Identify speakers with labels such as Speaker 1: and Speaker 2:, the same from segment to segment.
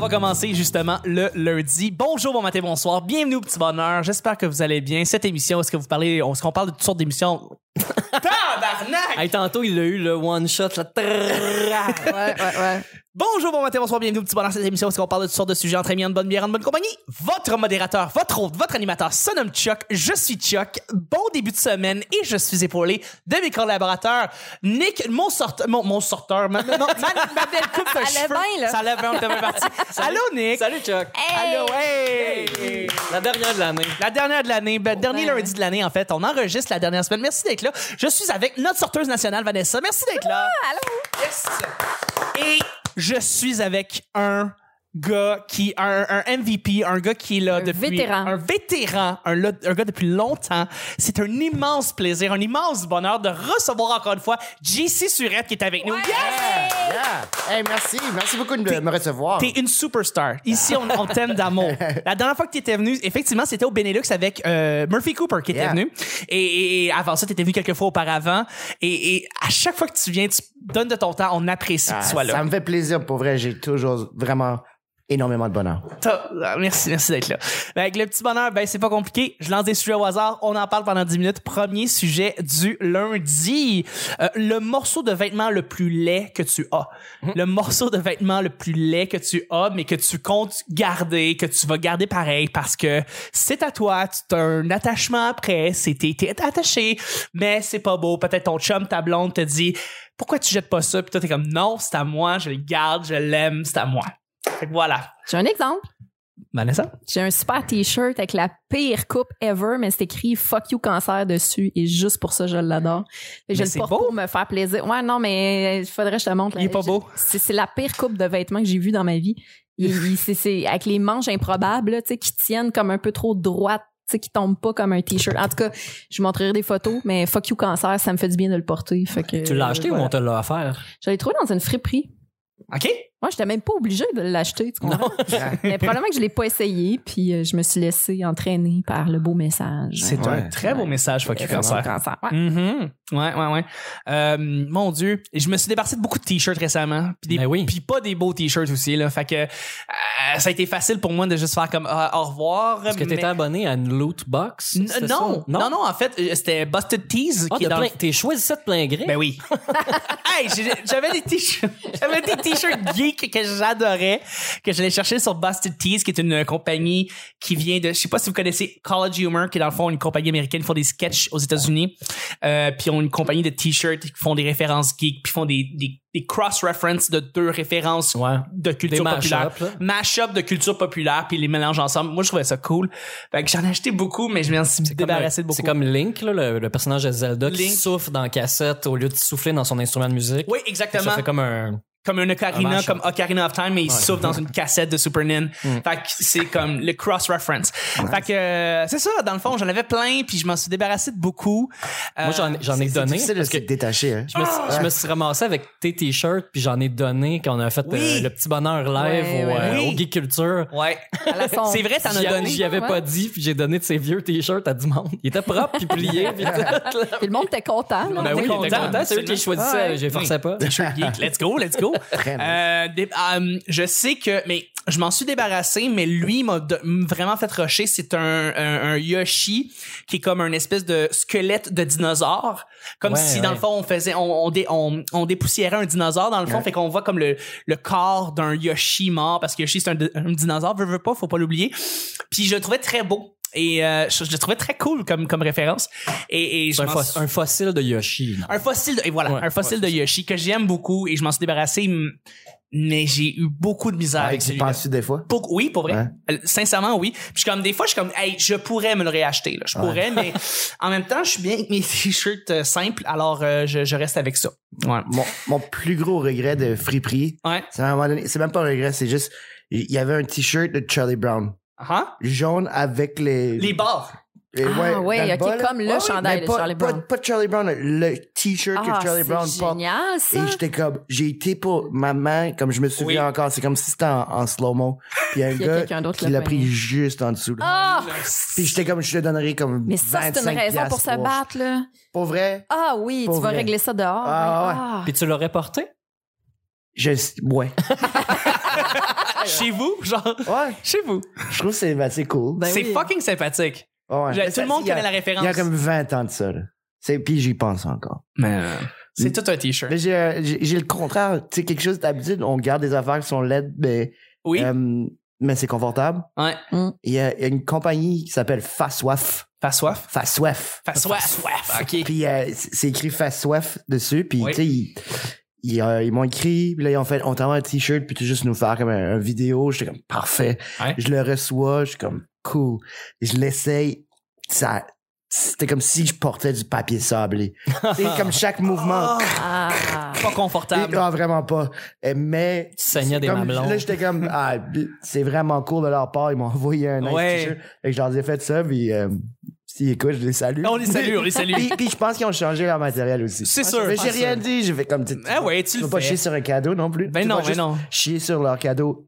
Speaker 1: va commencer justement le lundi. Bonjour, bon matin, bonsoir. Bienvenue au petit bonheur. J'espère que vous allez bien. Cette émission, est-ce que vous parlez, on, est-ce qu'on parle de toutes sortes d'émissions?
Speaker 2: Tabarnak!
Speaker 1: Hey, tantôt, il a eu le one shot, là. Trrrrrrrrrrrrrrrrrrrrrrrrrrrrrrrrrrrrrrrrrrrrrrrrrrrrrrrrrr.
Speaker 2: ouais,
Speaker 1: Bonjour, bon matin, bonsoir, bienvenue au petit bonheur. Cette émission, où est-ce qu'on parle de toutes sortes de sujets entre amis, en bonne bière, en bonne compagnie? Votre modérateur, votre hôte, votre animateur, son nom Chuck. Je suis Chuck. Bon début de semaine et je suis épaulé de mes collaborateurs. Nick, mon sorteur, mon, mon sorteur, ma, non, ma- ma belle coupe de
Speaker 3: allait
Speaker 1: cheveux.
Speaker 3: bien, là.
Speaker 1: Ça allait bien, on était bien parti. Allô, Nick.
Speaker 2: Salut Chuck!
Speaker 3: Hey!
Speaker 1: Allô, hey!
Speaker 2: La dernière de l'année.
Speaker 1: La dernière de l'année, ben, dernier
Speaker 3: ouais.
Speaker 1: lundi de l'année, en fait. On enregistre la dernière semaine. Merci d'être là. Je suis avec notre sorteuse nationale, Vanessa. Merci d'être là.
Speaker 3: Allô?
Speaker 1: Yes. Et je suis avec un gars qui un, un MVP, un gars qui est là
Speaker 3: Un
Speaker 1: depuis
Speaker 3: vétéran.
Speaker 1: un vétéran, un, lo- un gars depuis longtemps. C'est un immense plaisir, un immense bonheur de recevoir encore une fois JC Surette qui est avec nous.
Speaker 3: Ouais!
Speaker 1: Yes!
Speaker 4: Yeah. Hey, merci. Merci beaucoup de me- me recevoir.
Speaker 1: T'es une superstar. Ici, on, on t'aime d'amour. La dernière fois que t'étais venu, effectivement, c'était au Benelux avec euh, Murphy Cooper qui était
Speaker 4: Yeah.
Speaker 1: venu. Et, et- et avant ça, t'étais venu quelques fois auparavant. Et, et à chaque fois que tu viens, tu donnes de ton temps. On apprécie
Speaker 4: Ah,
Speaker 1: que tu sois là.
Speaker 4: Ça me fait plaisir. Pour vrai, j'ai toujours vraiment énormément de bonheur.
Speaker 1: Top. Ah, Merci, merci d'être là. Ben, Avec le petit bonheur, ben c'est pas compliqué. Je lance des sujets au hasard. On en parle pendant 10 minutes. Premier sujet du lundi. Euh, le morceau de vêtement le plus laid que tu as. Le morceau de vêtement le plus laid que tu as, mais que tu comptes garder, que tu vas garder pareil parce que c'est à toi. Tu as un attachement après. C'est t'es t'es attaché, mais c'est pas beau. Peut-être ton chum, ta blonde te dit pourquoi tu jettes pas ça. Puis toi t'es comme non, c'est à moi. Je le garde, je l'aime, c'est à moi. Fait que voilà.
Speaker 3: J'ai un exemple.
Speaker 1: Vanessa?
Speaker 3: J'ai un super t-shirt avec la pire coupe ever, mais c'est écrit Fuck you cancer dessus. Et juste pour ça, je l'adore. Et Je
Speaker 1: Mais
Speaker 3: le
Speaker 1: c'est
Speaker 3: porte
Speaker 1: beau.
Speaker 3: pour me faire plaisir. Ouais, non, mais il faudrait que je te montre. euh,
Speaker 1: Il est pas
Speaker 3: Je-
Speaker 1: beau.
Speaker 3: C'est c'est la pire coupe de vêtements que j'ai vue dans ma vie. Il- il- c'est- C'est avec les manches improbables, là, tu sais, qui tiennent comme un peu trop droites, tu sais, qui tombent pas comme un t-shirt. En tout cas, je vous montrerai des photos, mais Fuck you cancer, ça me fait du bien de le porter. Fait que,
Speaker 2: Tu l'as
Speaker 1: Euh,
Speaker 2: acheté
Speaker 3: voilà.
Speaker 2: ou on te l'a offert?
Speaker 3: Je l'ai trouvé dans une friperie.
Speaker 1: OK?
Speaker 3: Moi, j'étais même pas obligée de l'acheter, tu comprends? Mais probablement que je l'ai pas essayé, puis euh, je me suis laissée entraîner par le beau message.
Speaker 1: C'est
Speaker 4: Ouais.
Speaker 1: un très beau message, Fuck You
Speaker 3: Euh,
Speaker 1: Cancer.
Speaker 3: cancer, ouais.
Speaker 1: Mhm. Ouais, ouais, ouais. Euh, mon Dieu, je me suis débarrassé de beaucoup de t-shirts récemment. Puis des-
Speaker 2: Ben oui.
Speaker 1: puis pas des beaux t-shirts aussi, là. Fait que euh, ça a été facile pour moi de juste faire comme ah, au revoir.
Speaker 2: Est-ce que
Speaker 1: mais-
Speaker 2: t'étais abonné à une loot box?
Speaker 1: N-
Speaker 2: C'était
Speaker 1: non,
Speaker 2: ça?
Speaker 1: non, non, en fait, euh, c'était Busted Tease
Speaker 2: Ah,
Speaker 1: qui est
Speaker 2: t'as
Speaker 1: dans le
Speaker 2: plein- t'es choisi ça de plein gré?
Speaker 1: Ben oui. hey, j'ai- j'avais des t-shirts, j'avais des t-shirts geeks que j'adorais, que j'allais chercher sur Busted Tees, qui est une euh, compagnie qui vient de, je sais pas si vous connaissez College Humor, qui est dans le fond une compagnie américaine, ils font des sketchs aux États-Unis, euh, puis ils ont une compagnie de t-shirts qui font des références geeks, puis font des, des, des cross-references de deux références
Speaker 2: Ouais.
Speaker 1: de culture
Speaker 2: Des
Speaker 1: populaire.
Speaker 2: mash-ups, là.
Speaker 1: Mash-up de culture populaire, puis ils les mélangent ensemble. Moi, je trouvais ça cool. Fait que j'en ai acheté beaucoup, mais je m'en suis
Speaker 2: Comme
Speaker 1: débarrassé
Speaker 2: le-
Speaker 1: de beaucoup.
Speaker 2: C'est comme Link, là, le, le personnage de Zelda qui
Speaker 1: Link.
Speaker 2: souffle dans la cassette au lieu de souffler dans son instrument de musique.
Speaker 1: Oui, exactement.
Speaker 2: Ça fait comme un.
Speaker 1: comme un
Speaker 2: Un
Speaker 1: ocarina,
Speaker 2: mashup.
Speaker 1: comme Ocarina of Time, mais il souffle dans une cassette de Super Nin.
Speaker 2: Mm.
Speaker 1: Fait que c'est comme le cross-reference. Fait que euh, c'est ça, dans le fond, j'en avais plein, puis je m'en suis débarrassé de beaucoup. Euh,
Speaker 2: Moi, j'en, j'en ai
Speaker 4: C'est
Speaker 2: donné.
Speaker 4: difficile de
Speaker 2: parce
Speaker 4: se
Speaker 2: que
Speaker 4: détacher. hein.
Speaker 2: je, me, suis- je me suis ramassé avec tes t-shirts, puis j'en ai donné quand on a fait euh,
Speaker 1: Oui.
Speaker 2: le petit bonheur live
Speaker 3: Ouais,
Speaker 2: au, euh,
Speaker 1: ouais.
Speaker 2: au Geek Culture.
Speaker 1: Ouais.
Speaker 3: À la son-
Speaker 1: C'est vrai, t'en as
Speaker 2: J'y avais-
Speaker 1: donné.
Speaker 2: J'y avais
Speaker 3: Ouais.
Speaker 2: pas dit, puis j'ai donné de ces vieux t-shirts à du monde. Ils étaient propres, puis pliés. puis tout.
Speaker 3: Puis le monde était content.
Speaker 1: Ben
Speaker 3: là.
Speaker 1: oui,
Speaker 2: Ben oui,
Speaker 1: j'étais
Speaker 2: j'étais
Speaker 1: content,
Speaker 2: content. C'est eux qui les choisissaient.
Speaker 3: Ouais.
Speaker 2: Je les forçais pas.
Speaker 1: T-shirt geek. Let's go, let's go.
Speaker 4: Très nice.
Speaker 1: Euh, dé- euh, je sais que, mais je m'en suis débarrassé, mais lui m'a de- m'a vraiment fait rusher. C'est un, un, un Yoshi qui est comme un espèce de squelette de dinosaure. Comme
Speaker 2: Ouais,
Speaker 1: si,
Speaker 2: ouais.
Speaker 1: dans le fond, on faisait, on, on, dé- on, on dépoussiérait un dinosaure, dans le fond. Fait qu'on voit comme le, le corps d'un Yoshi mort, parce que Yoshi, c'est un, di- un dinosaure, veut, veut pas, faut pas l'oublier. Puis je le trouvais très beau. Et euh, je, je le trouvais très cool comme, comme référence. Et, et je
Speaker 2: C'est un,
Speaker 1: m'en
Speaker 2: fo-
Speaker 1: suis-
Speaker 2: Ben, un fossile de Yoshi. non?
Speaker 1: un fossile de, et voilà,
Speaker 2: Ouais,
Speaker 1: un fossile de Yoshi que j'aime beaucoup et je m'en suis débarrassé, m- mais j'ai eu beaucoup de misère
Speaker 4: Ah,
Speaker 1: avec
Speaker 4: tu
Speaker 1: celui-là.
Speaker 4: penses-tu des fois?
Speaker 1: Beaucoup- oui, pour vrai.
Speaker 4: Ouais.
Speaker 1: Euh, Sincèrement, oui. Puis je suis comme des fois, je suis comme, hey, je pourrais me le réacheter. Là. Je pourrais, mais en même temps, je suis bien avec mes t-shirts euh, simples, alors euh, je, je reste avec ça. Ouais.
Speaker 4: Mon, mon plus gros regret de friperie,
Speaker 1: Ouais.
Speaker 4: c'est à un moment donné- c'est même pas un regret, c'est juste, il y avait un t-shirt de Charlie Brown.
Speaker 1: Hein?
Speaker 4: Jaune avec les.
Speaker 1: Les barres.
Speaker 4: les-
Speaker 3: Ah, ouais,
Speaker 4: dans le
Speaker 3: ok,
Speaker 4: bas, là. Ah
Speaker 3: comme le
Speaker 4: Ouais, ouais,
Speaker 3: chandail
Speaker 4: mais
Speaker 3: de
Speaker 4: pas-
Speaker 3: Charlie
Speaker 4: pas-
Speaker 3: Brown.
Speaker 4: Pas, de Charlie Brown, le t-shirt
Speaker 3: Ah,
Speaker 4: que Charlie Brown
Speaker 3: c'est
Speaker 4: porte.
Speaker 3: génial, ça.
Speaker 4: Et j'étais comme, j'ai été pour ma main, comme je me souviens
Speaker 1: Oui.
Speaker 4: encore, c'est comme si c'était en, en slow-mo. Puis un
Speaker 3: Puis il y a quelqu'un
Speaker 4: gars
Speaker 3: d'autre
Speaker 4: qui
Speaker 3: l'a
Speaker 4: l'a
Speaker 3: poigné.
Speaker 4: pris juste en dessous. là.
Speaker 3: Ah!
Speaker 4: Puis j'étais comme, je te donnerais comme
Speaker 3: Mais ça, c'est une
Speaker 4: 25
Speaker 3: raison pour se
Speaker 4: piastres.
Speaker 3: battre, là.
Speaker 4: Pour vrai,
Speaker 3: Ah oui,
Speaker 4: Pour
Speaker 3: tu vas
Speaker 4: vrai.
Speaker 3: régler ça dehors.
Speaker 4: Ah,
Speaker 3: Ah.
Speaker 2: Puis tu l'aurais porté?
Speaker 4: je... Ouais.
Speaker 1: Chez vous, genre.
Speaker 4: Ouais,
Speaker 1: Chez vous.
Speaker 4: je trouve que c'est assez cool.
Speaker 3: Ben
Speaker 1: c'est
Speaker 3: oui.
Speaker 1: fucking sympathique.
Speaker 4: Ouais.
Speaker 1: J'ai-
Speaker 4: Mais
Speaker 1: Tout
Speaker 4: ça,
Speaker 1: le monde
Speaker 4: il y a-
Speaker 1: connaît la
Speaker 4: Il
Speaker 1: référence.
Speaker 4: y a comme 20 ans de ça, là. C'est- Puis j'y pense encore.
Speaker 1: Mais euh, c'est tout un t-shirt.
Speaker 4: Mais j'ai, euh, j'ai j'ai le contraire. Tu sais, quelque chose d'habitude, on garde des affaires qui sont laides, mais,
Speaker 1: Oui.
Speaker 4: euh, mais c'est confortable.
Speaker 1: Ouais.
Speaker 3: Mm.
Speaker 4: Il y, a, il y a une compagnie qui s'appelle Fassoif.
Speaker 1: Pas soif.
Speaker 4: Fassoif.
Speaker 1: Pas soif. soif. Ben OK.
Speaker 4: Puis euh, c'est c'est écrit Fassoif dessus. Puis
Speaker 1: Oui.
Speaker 4: tu sais, ils, ils, euh, ils m'ont écrit. Puis là, ils ont fait, on t'envoie un t-shirt, puis tu juste nous faire comme un, un vidéo. J'étais comme, parfait.
Speaker 1: Ouais.
Speaker 4: Je le reçois. Je suis comme, cool. Je l'essaye. Ça, c'était comme si je portais du papier sablé. c'est comme chaque mouvement.
Speaker 1: Oh,
Speaker 3: Ah.
Speaker 1: pas
Speaker 4: Et-
Speaker 1: confortable.
Speaker 4: ah, vraiment pas. Eh, Mais.
Speaker 2: Tu saignais des
Speaker 4: comme-
Speaker 2: mamelons.
Speaker 4: Là, j'étais comme, ah, c'est vraiment cool de leur part. Ils m'ont envoyé un nice
Speaker 1: Ouais.
Speaker 4: t-shirt. Et je leur ai fait ça, puis euh, s'ils écoutent, je les salue.
Speaker 1: On les salue, on les salue.
Speaker 4: Puis, puis je pense qu'ils ont changé leur matériel aussi.
Speaker 1: C'est sûr.
Speaker 4: Mais
Speaker 1: c'est
Speaker 4: j'ai rien
Speaker 1: sûr.
Speaker 4: dit, j'ai fait comme. tu-
Speaker 1: Ah ouais, tu
Speaker 4: Tu
Speaker 1: le
Speaker 4: vas pas
Speaker 1: fais.
Speaker 4: chier sur un cadeau non plus.
Speaker 1: Ben
Speaker 4: Tu
Speaker 1: non,
Speaker 4: vas
Speaker 1: ben
Speaker 4: juste
Speaker 1: non.
Speaker 4: Chier sur leur cadeau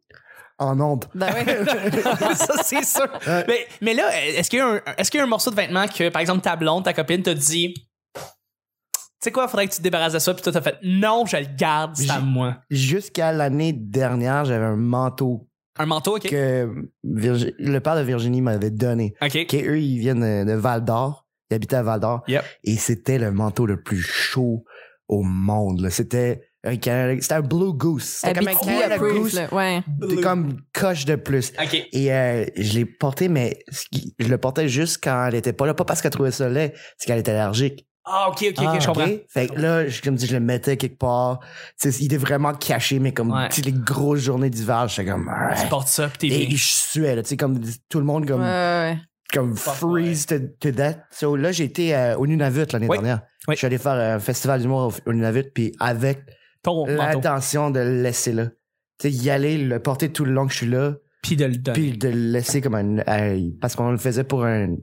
Speaker 4: en ondes.
Speaker 3: Ben oui.
Speaker 1: ça, c'est sûr.
Speaker 4: Ouais.
Speaker 1: Mais, mais là, est-ce qu'il y, est qu'il y a un morceau de vêtement que, par exemple, ta blonde, ta copine, t'a dit, tu sais quoi, faudrait que tu te débarrasses de ça, puis toi, t'as fait, non, je le garde, c'est à
Speaker 4: J'ai-
Speaker 1: moi.
Speaker 4: Jusqu'à l'année dernière, j'avais un manteau
Speaker 1: Un manteau, ok.
Speaker 4: que Virgi- le père de Virginie m'avait donné.
Speaker 1: Ok.
Speaker 4: Que eux, ils viennent de- de Val d'Or. Ils habitaient à Val d'Or.
Speaker 1: Yep.
Speaker 4: Et c'était le manteau le plus chaud au monde. là. C'était un canard- C'était un blue goose. C'était comme un
Speaker 3: Habitué
Speaker 4: canard
Speaker 3: approved,
Speaker 4: goose.
Speaker 3: là. Ouais.
Speaker 4: C'était comme coche de plus.
Speaker 1: Ok.
Speaker 4: Et euh, je l'ai porté, mais ce qui- je le portais juste quand elle était pas là. Pas parce qu'elle trouvait ça laid, c'est qu'elle était allergique.
Speaker 1: Ah, ok, ok, ok,
Speaker 2: Ah,
Speaker 1: je comprends.
Speaker 4: Ok? Fait que là, je, comme si je le mettais quelque part. Tu sais, il était vraiment caché, mais comme
Speaker 1: Ouais.
Speaker 4: tu sais, les grosses journées d'hiver, j'étais comme...
Speaker 1: Tu portes ça, puis t'es
Speaker 4: Et
Speaker 1: bien.
Speaker 4: je suais, là, tu sais, comme tout le monde, comme,
Speaker 3: Ouais, ouais.
Speaker 4: comme
Speaker 1: Fuck,
Speaker 4: freeze to, to death. So, là, j'ai été euh, au Nunavut l'année
Speaker 1: Oui.
Speaker 4: dernière.
Speaker 1: Oui.
Speaker 4: Je suis allé faire un festival d'humour au, au Nunavut, puis avec
Speaker 1: Ton manteau.
Speaker 4: l'intention de le laisser là. Tu sais, y aller, le porter tout le long que je suis là,
Speaker 1: Puis de le donner.
Speaker 4: puis de le laisser comme un... un- parce qu'on le faisait pour un-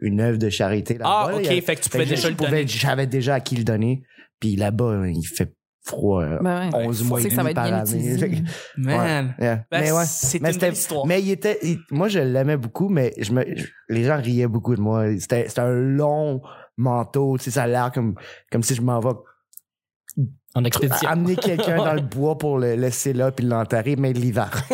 Speaker 4: une œuvre de charité. là-bas,
Speaker 1: Ah,
Speaker 4: là.
Speaker 1: ok,
Speaker 4: Il y avait-
Speaker 1: fait que tu
Speaker 4: fait
Speaker 1: pouvais
Speaker 4: que
Speaker 1: déjà
Speaker 4: je
Speaker 1: le
Speaker 4: pouvais-
Speaker 1: donner.
Speaker 4: J'avais déjà à qui le donner. Puis là-bas, il fait froid. euh,
Speaker 3: Ben ouais.
Speaker 4: 11
Speaker 3: Faut
Speaker 4: mois et
Speaker 3: que ça va
Speaker 4: demi
Speaker 3: être
Speaker 4: par
Speaker 3: bien
Speaker 4: année.
Speaker 3: utilisé.
Speaker 4: Fait
Speaker 1: Man.
Speaker 4: que- yeah.
Speaker 1: Ben,
Speaker 4: mais ouais.
Speaker 1: C'est une belle
Speaker 4: Mais c'était-
Speaker 1: histoire.
Speaker 4: Mais il était, il- moi je l'aimais beaucoup, mais je me, je- les gens riaient beaucoup de moi. C'était, c'était un long manteau, tu sais, ça a l'air comme, comme si je m'en vais
Speaker 2: En expédition.
Speaker 4: amener quelqu'un dans le bois pour le laisser là puis l'enterrer, mais l'hiver.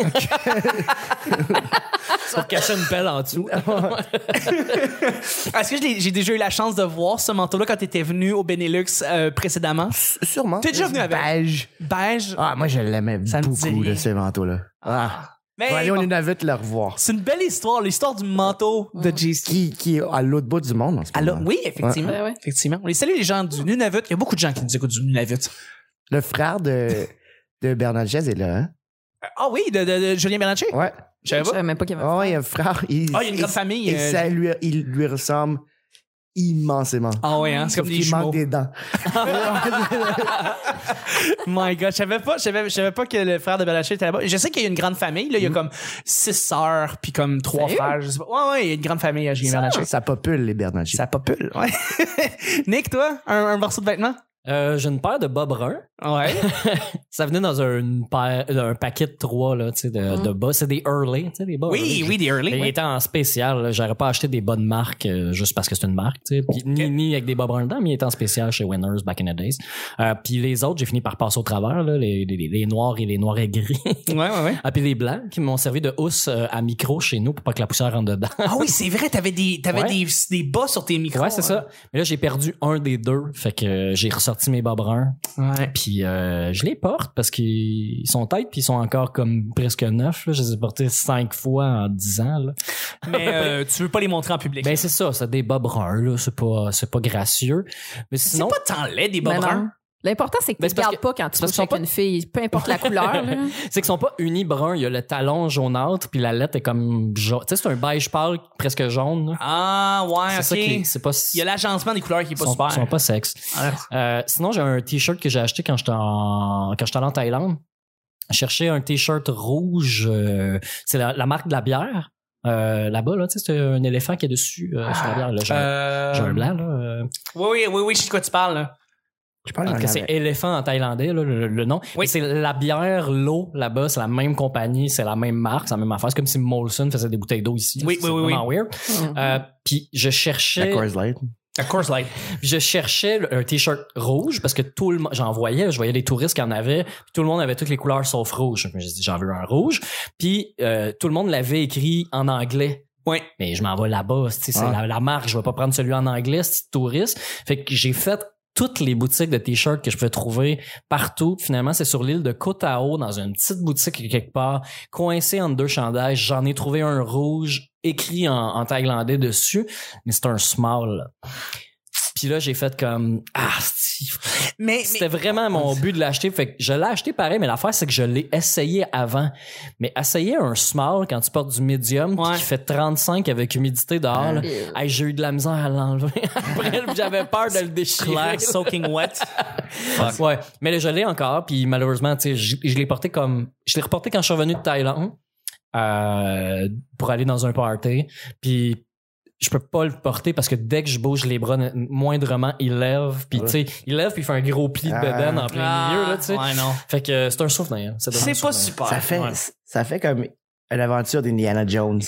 Speaker 2: pour cacher une pelle en dessous.
Speaker 1: Est-ce que je l'ai- j'ai déjà eu la chance de voir ce manteau-là quand t'étais venu au Benelux euh, précédemment? Ben,
Speaker 4: S- Sûrement.
Speaker 1: T'es déjà venu avec?
Speaker 4: Beige.
Speaker 1: Beige.
Speaker 4: Ah, moi je l'aimais
Speaker 1: Ça me dit
Speaker 4: beaucoup,
Speaker 1: rien.
Speaker 4: là, ce manteau-là. Ah.
Speaker 1: Mais
Speaker 4: Faut aller au
Speaker 1: bon,
Speaker 4: Nunavut le revoir.
Speaker 1: c'est une belle histoire, l'histoire du manteau de JC.
Speaker 4: Qui, qui est à l'autre bout du monde en ce moment.
Speaker 1: Alors, Ah oui, effectivement.
Speaker 3: Ben Ouais. hein. Ouais, ouais.
Speaker 1: Effectivement. On les salue, les gens du Nunavut. Il y a beaucoup de gens qui nous écoutent du Nunavut.
Speaker 4: Le frère de, de Bernard Jazz est là, hein?
Speaker 1: Ah oui, de, de- de Julien Bernatchez.
Speaker 4: Ouais.
Speaker 1: Je savais
Speaker 3: Je
Speaker 1: pas.
Speaker 3: savais même pas qu'il y avait.
Speaker 4: Oh, il y a un frère. Il,
Speaker 1: Ah, il y a une grande
Speaker 4: il-
Speaker 1: famille.
Speaker 4: Et
Speaker 1: euh,
Speaker 4: ça lui, il lui ressemble immensément.
Speaker 1: Ah oui, hein, c'est comme
Speaker 4: Sauf
Speaker 1: des
Speaker 4: qu'il
Speaker 1: jumeaux.
Speaker 4: manque des dents.
Speaker 1: My God, je savais pas, je savais, je savais pas que le frère de Bernatchez était là-bas. Je sais qu'il y a une grande famille. Là. Il y a comme six sœurs puis comme trois
Speaker 3: Sérieux?
Speaker 1: frères. Je sais pas. Ouais, ouais, il y a une grande famille à Julien Bernatchez.
Speaker 4: Ça popule les Bernatchez.
Speaker 1: Ça popule, ouais. Nick, toi, un, un morceau de vêtements?
Speaker 2: Euh, J'ai une paire de bas bruns.
Speaker 1: Ouais.
Speaker 2: Ça venait dans un, une paire, euh, un paquet de trois là, tu sais,
Speaker 4: Mm.
Speaker 2: de, de bas. C'est des Hurley, tu sais, des bas.
Speaker 1: oui,
Speaker 2: Hurley.
Speaker 1: oui, des early.
Speaker 2: Mais Il
Speaker 1: ouais.
Speaker 2: était en spécial. là. J'aurais pas acheté des bonnes marques euh, juste parce que c'est une marque. tu sais. Puis ni, ni avec des bas bruns dedans, mais il était en spécial chez Winners back in the days. Euh, puis les autres, j'ai fini par passer au travers, là, les, les- les noirs et les noirs et gris.
Speaker 1: Ouais, ouais, ouais.
Speaker 2: ah, puis les blancs qui m'ont servi de housse euh, à micro chez nous pour pas que la poussière rentre dedans.
Speaker 1: Ah oui, c'est vrai, t'avais des, t'avais
Speaker 2: Ouais.
Speaker 1: des, des bas sur tes micros. hein.
Speaker 2: ouais, c'est ça. Mais là, j'ai perdu un des deux. Fait que euh, j'ai ressorti mes bas bruns.
Speaker 1: Ouais.
Speaker 2: Puis euh, je les porte parce qu'ils ils sont têtes puis ils sont encore comme presque neufs. là. Je les ai portés cinq fois en dix ans. Là.
Speaker 1: Mais euh, tu veux pas les montrer en public.
Speaker 2: Ben c'est ça, c'est des bas bruns. là. C'est pas, c'est pas gracieux. Mais
Speaker 1: c'est
Speaker 2: sinon,
Speaker 1: pas tant laid des bas
Speaker 3: Ben
Speaker 1: bruns.
Speaker 3: non. L'important, c'est que
Speaker 2: Ben,
Speaker 3: tu
Speaker 2: c'est
Speaker 3: ne
Speaker 2: parce
Speaker 3: regardes pas quand tu
Speaker 2: parce
Speaker 3: couches
Speaker 2: qu'ils
Speaker 3: avec
Speaker 2: sont pas-
Speaker 3: une fille, peu importe la couleur. là.
Speaker 2: c'est qu'ils sont pas unis bruns. Il y a le talon jaunâtre puis la lettre est comme jaune. Tu sais, c'est un beige pâle presque jaune. là.
Speaker 1: Ah, ouais,
Speaker 2: c'est
Speaker 1: ok.
Speaker 2: ça qui est- c'est pas.
Speaker 1: Il y a l'agencement des couleurs qui est
Speaker 2: ils
Speaker 1: pas
Speaker 2: sont,
Speaker 1: super.
Speaker 2: ils sont pas sexes.
Speaker 1: Ouais.
Speaker 2: Euh, sinon, j'ai un t-shirt que j'ai acheté quand j'étais en, quand j'étais allé en Thaïlande. Je cherchais un t-shirt rouge. euh, c'est la, la marque de la bière. Euh, là-bas, là, tu sais, c'est un éléphant qui est dessus euh, sur la bière. Là. J'ai, un-
Speaker 1: Euh,
Speaker 2: j'ai un blanc, là. euh,
Speaker 1: Oui, oui, oui, oui, je sais de quoi tu parles. là.
Speaker 4: Je
Speaker 1: Ah,
Speaker 4: parle
Speaker 2: en tout cas, c'est éléphant en thaïlandais, là, le, le nom.
Speaker 1: Oui.
Speaker 2: Mais C'est la bière, l'eau, là-bas, c'est la même compagnie, c'est la même marque, c'est la même affaire. C'est comme si Molson faisait des bouteilles d'eau ici.
Speaker 1: Oui,
Speaker 2: c'est
Speaker 1: oui, oui,
Speaker 2: vraiment weird. Euh, Puis je cherchais...
Speaker 4: La Coors Light.
Speaker 1: Of course, like.
Speaker 2: Je cherchais le- un t-shirt rouge parce que tout le monde, j'en voyais, je voyais les touristes qui en avaient, puis tout le monde avait toutes les couleurs sauf rouge. Je me suis dit, j'en veux un rouge. Puis euh, tout le monde l'avait écrit en anglais.
Speaker 1: Oui.
Speaker 2: Mais je m'en vais là-bas, tu sais, c'est
Speaker 4: Ouais.
Speaker 2: la, la marque, je vais pas prendre celui en anglais, c'est touriste. Fait que j'ai fait toutes les boutiques de t-shirts que je pouvais trouver partout. Finalement, c'est sur l'île de Kotao, dans une petite boutique quelque part, coincé entre deux chandails. J'en ai trouvé un rouge écrit en, en thaïlandais dessus, mais c'est un small. Puis là, j'ai fait comme ah, si.
Speaker 1: Mais,
Speaker 2: c'était vraiment mon but de l'acheter. Fait que je l'ai acheté pareil, mais l'affaire c'est que je l'ai essayé avant. Mais essayer un small quand tu portes du medium puis
Speaker 1: Ouais.
Speaker 2: qui fait 35 avec humidité dehors, là, hey, j'ai eu de la misère à l'enlever. Après, j'avais peur de le déchirer.
Speaker 1: clair, soaking wet.
Speaker 2: Ouais, mais le je l'ai encore, puis malheureusement, tu sais, je, je l'ai porté comme, je l'ai reporté quand je suis revenu de Thaïlande euh, pour aller dans un party, puis je peux pas le porter parce que dès que je bouge les bras n- moindrement, il lève, puis
Speaker 4: Ouais.
Speaker 2: tu sais, il lève puis il fait un gros pli de
Speaker 4: Ah.
Speaker 2: bedaine en plein milieu là, tu sais.
Speaker 1: Ouais, non.
Speaker 2: Fait que euh, c'est un souvenir. C'est vraiment un
Speaker 1: C'est pas
Speaker 2: souvenir.
Speaker 1: super.
Speaker 4: Ça fait,
Speaker 1: Ouais.
Speaker 4: ça fait comme une aventure d'Indiana Jones.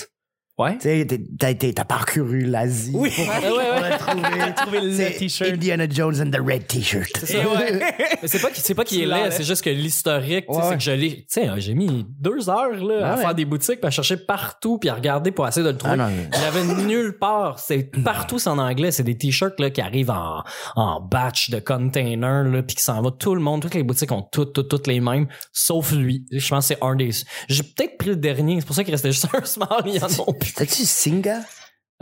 Speaker 1: Ouais.
Speaker 4: Tu sais, t'es- t'as- t'es- t'as parcouru l'Asie.
Speaker 1: Oui.
Speaker 4: pour-
Speaker 1: Ouais,
Speaker 4: pour
Speaker 2: ouais,
Speaker 4: la trouver.
Speaker 1: Trouver le
Speaker 4: C'est
Speaker 1: t-shirt.
Speaker 4: Indiana Jones and the Red T-shirt.
Speaker 1: Et ouais.
Speaker 2: Mais c'est pas qu'il c'est pas qu'il
Speaker 1: Tu
Speaker 2: est laid,
Speaker 1: l'enlèves.
Speaker 2: c'est juste que l'historique, tu sais,
Speaker 4: Ouais.
Speaker 2: c'est que je l'ai, tu sais, hein, j'ai mis deux heures là à
Speaker 4: Ouais.
Speaker 2: faire des boutiques, puis à chercher partout, puis à regarder pour essayer de le trouver.
Speaker 4: Ah non, mais-
Speaker 2: Il y avait nulle part. C'est partout c'est en anglais. C'est des t-shirts là qui arrivent en, en batch de container là, puis qui s'en va. Tout le monde, toutes les boutiques ont toutes toutes toutes les mêmes, sauf lui. Je pense que c'est un des. J'ai peut-être pris le dernier. C'est pour ça qu'il restait juste un small. Il y en a plus.
Speaker 4: T'as-tu Singa?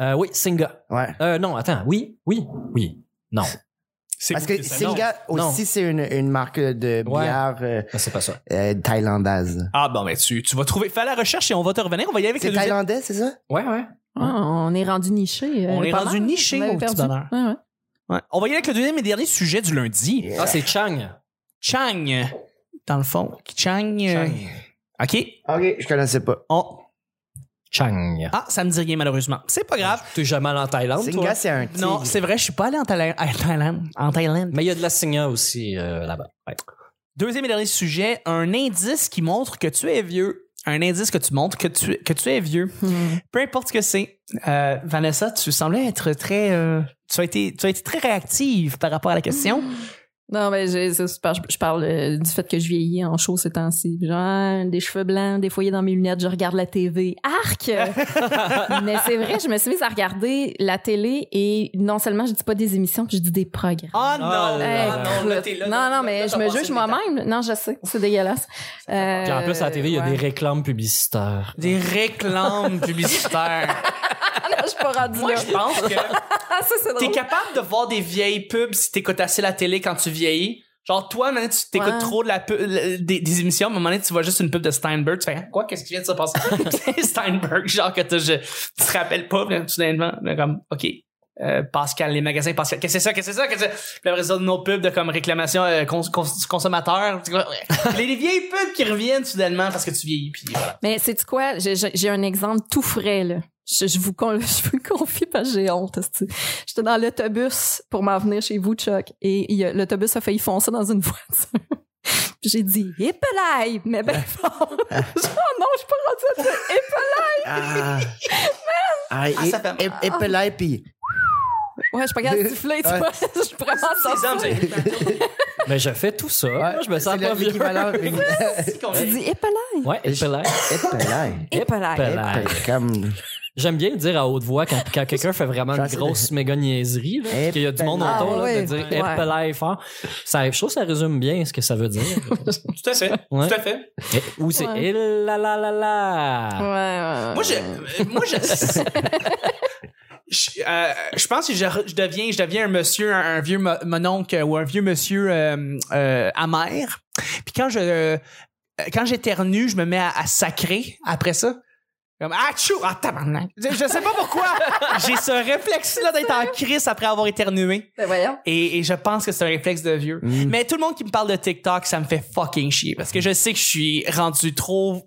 Speaker 2: Euh, oui, Singa.
Speaker 4: Ouais.
Speaker 2: Euh, non, attends. Oui, oui, oui. Non,
Speaker 1: C'est
Speaker 4: Parce que
Speaker 1: vous ça, non.
Speaker 4: Singa
Speaker 2: Non.
Speaker 4: aussi, c'est une, une marque de
Speaker 2: Ouais.
Speaker 4: bière euh,
Speaker 2: c'est pas ça.
Speaker 4: euh, thaïlandaise.
Speaker 1: Ah, bon, ben, tu, tu vas trouver. Fais la recherche et on va te revenir. On va y aller avec
Speaker 4: C'est
Speaker 1: le deuxième.
Speaker 4: thaïlandais, c'est ça?
Speaker 2: Ouais, ouais.
Speaker 3: Ah, on est rendu niché. euh,
Speaker 1: On est
Speaker 3: pas
Speaker 1: rendu
Speaker 3: mal.
Speaker 1: niché
Speaker 3: On avait
Speaker 1: au petit
Speaker 3: perdu.
Speaker 1: bonheur.
Speaker 3: Ouais, ouais.
Speaker 1: Ouais. On va y aller avec le deuxième et dernier sujet du lundi.
Speaker 2: Ah, c'est Chang.
Speaker 1: Chang. Dans le fond. Chang. euh,
Speaker 2: Chang.
Speaker 1: OK.
Speaker 4: Ok, je connaissais pas.
Speaker 1: On-
Speaker 2: Chang.
Speaker 1: Ah, ça me dit rien, malheureusement. C'est pas grave.
Speaker 2: T'es jamais allé en Thaïlande, toi?
Speaker 4: Singa, c'est un tigre.
Speaker 1: Non, c'est vrai, je suis pas allé en Thaïlande. à Thaïlande. En Thaïlande.
Speaker 2: Mais il y a de la Singa aussi euh, là-bas. Ouais.
Speaker 1: Deuxième et dernier sujet, un indice qui montre que tu es vieux. Un indice que tu montres que tu, que tu es vieux.
Speaker 3: Hmm.
Speaker 1: Peu importe ce que c'est. Euh, Vanessa, tu semblais être très... euh, tu, as été, tu as été très réactive par rapport à la question.
Speaker 3: Mm. Non, mais j'ai- c'est super. Je, je parle euh, du fait que je vieillis en chaud ces temps-ci. Genre, ah, des cheveux blancs, des foyers dans mes lunettes, je regarde la TV. Arc! mais c'est vrai, je me suis mise à regarder la télé et non seulement je dis pas des émissions, je dis des programmes.
Speaker 1: Oh non!
Speaker 2: là là.
Speaker 1: Ah non, là, t'es là,
Speaker 3: non,
Speaker 1: là,
Speaker 3: non,
Speaker 1: là,
Speaker 3: mais
Speaker 1: là,
Speaker 3: je
Speaker 1: t'as
Speaker 3: me
Speaker 1: passé
Speaker 3: juge
Speaker 1: des
Speaker 3: moi-même. Non, je sais, c'est dégueulasse. Euh,
Speaker 2: Puis en plus, à la TV, il y a
Speaker 3: ouais.
Speaker 2: des réclames publicitaires.
Speaker 1: Des réclames publicitaires.
Speaker 3: Ah, je suis pas rendue
Speaker 1: Moi,
Speaker 3: là.
Speaker 1: je pense que
Speaker 3: Ah, ça, c'est
Speaker 1: t'es
Speaker 3: drôle.
Speaker 1: capable de voir des vieilles pubs si t'écoutes assez la télé quand tu vieillis. Genre, toi, maintenant, tu t'écoutes
Speaker 3: Ouais.
Speaker 1: trop de la pu- le- des, des émissions, mais à un moment donné, tu vois juste une pub de Steinberg, tu fais, Hein, quoi, qu'est-ce qui vient de se passer? C'est Steinberg, genre, que t'as- je- tu te rappelles pas, là, soudainement, mais comme, OK. euh, Pascal, les magasins Pascal, qu'est-ce que c'est ça, qu'est-ce que c'est ça, qu'est-ce que c'est Puis après ça, nos pubs de comme réclamation euh, cons- cons- consommateur. tu vois, ouais. les, les vieilles pubs qui reviennent soudainement parce que tu vieillis, puis voilà.
Speaker 3: Mais c'est quoi? J'ai- J'ai j'ai un exemple tout frais, là. Je, je vous, con- je vous le confie parce que j'ai honte. esti. J'étais dans l'autobus pour m'en venir chez vous, Chuck, et il y a- l'autobus a failli foncer dans une voiture. Puis j'ai dit « Épelaille! » Mais ben fort! Genre,
Speaker 1: Ah.
Speaker 3: non, je suis pas rendue à dire
Speaker 4: Ah. Ah,
Speaker 1: Ah, ça fait mal.
Speaker 4: et, et, Pelai, puis-
Speaker 3: « Ouais, je suis pas capable de souffler, tu
Speaker 4: Ouais.
Speaker 3: vois. Je suis vraiment
Speaker 1: Les hommes,
Speaker 3: sortie.
Speaker 1: c'est-
Speaker 2: Mais je fais tout ça. Moi, je me sens
Speaker 4: C'est le-
Speaker 2: pas vieux.
Speaker 4: l'équivalent.
Speaker 1: c'est qu'on
Speaker 3: Tu
Speaker 1: est-
Speaker 3: dis « Épelaille!
Speaker 2: Ouais, et Pelé.
Speaker 4: Et Pelai.
Speaker 3: Et Pelay.
Speaker 2: Pelay.
Speaker 4: Et Pelay, Comme.
Speaker 2: J'aime bien le dire à haute voix quand, quand quelqu'un fait vraiment une
Speaker 4: Ça, c'est-
Speaker 2: grosse méga niaiserie, là,
Speaker 4: Et
Speaker 2: qu'il y a du monde
Speaker 4: Pelay.
Speaker 2: autour, là,
Speaker 3: Ah, ouais.
Speaker 2: de dire
Speaker 3: Ouais.
Speaker 2: et Pelé fort. Ça, je trouve que ça résume bien ce que ça veut dire.
Speaker 1: Tout à fait,
Speaker 2: Ouais.
Speaker 1: tout à fait.
Speaker 2: Et- Ou c'est
Speaker 3: Ouais.
Speaker 2: et la la la
Speaker 3: Ouais,
Speaker 2: la.
Speaker 3: ouais, ouais.
Speaker 1: Moi, je, euh, moi, je, je, euh, je pense que je, je deviens, je deviens un monsieur, un, un vieux mo- mononcle ou un vieux monsieur euh, euh, amer. Puis quand je, euh, quand j'éternue, je me mets à, à sacrer après ça. Comme, ah, tchou! Ah, tabarnak! Je, je sais pas pourquoi! J'ai ce réflexe-là d'être en crise après avoir éternué.
Speaker 3: Ben voyons.
Speaker 1: Et, et je pense que c'est un réflexe de vieux. Mais tout le monde qui me parle de TikTok, ça me fait fucking chier parce que je sais que je suis rendu trop.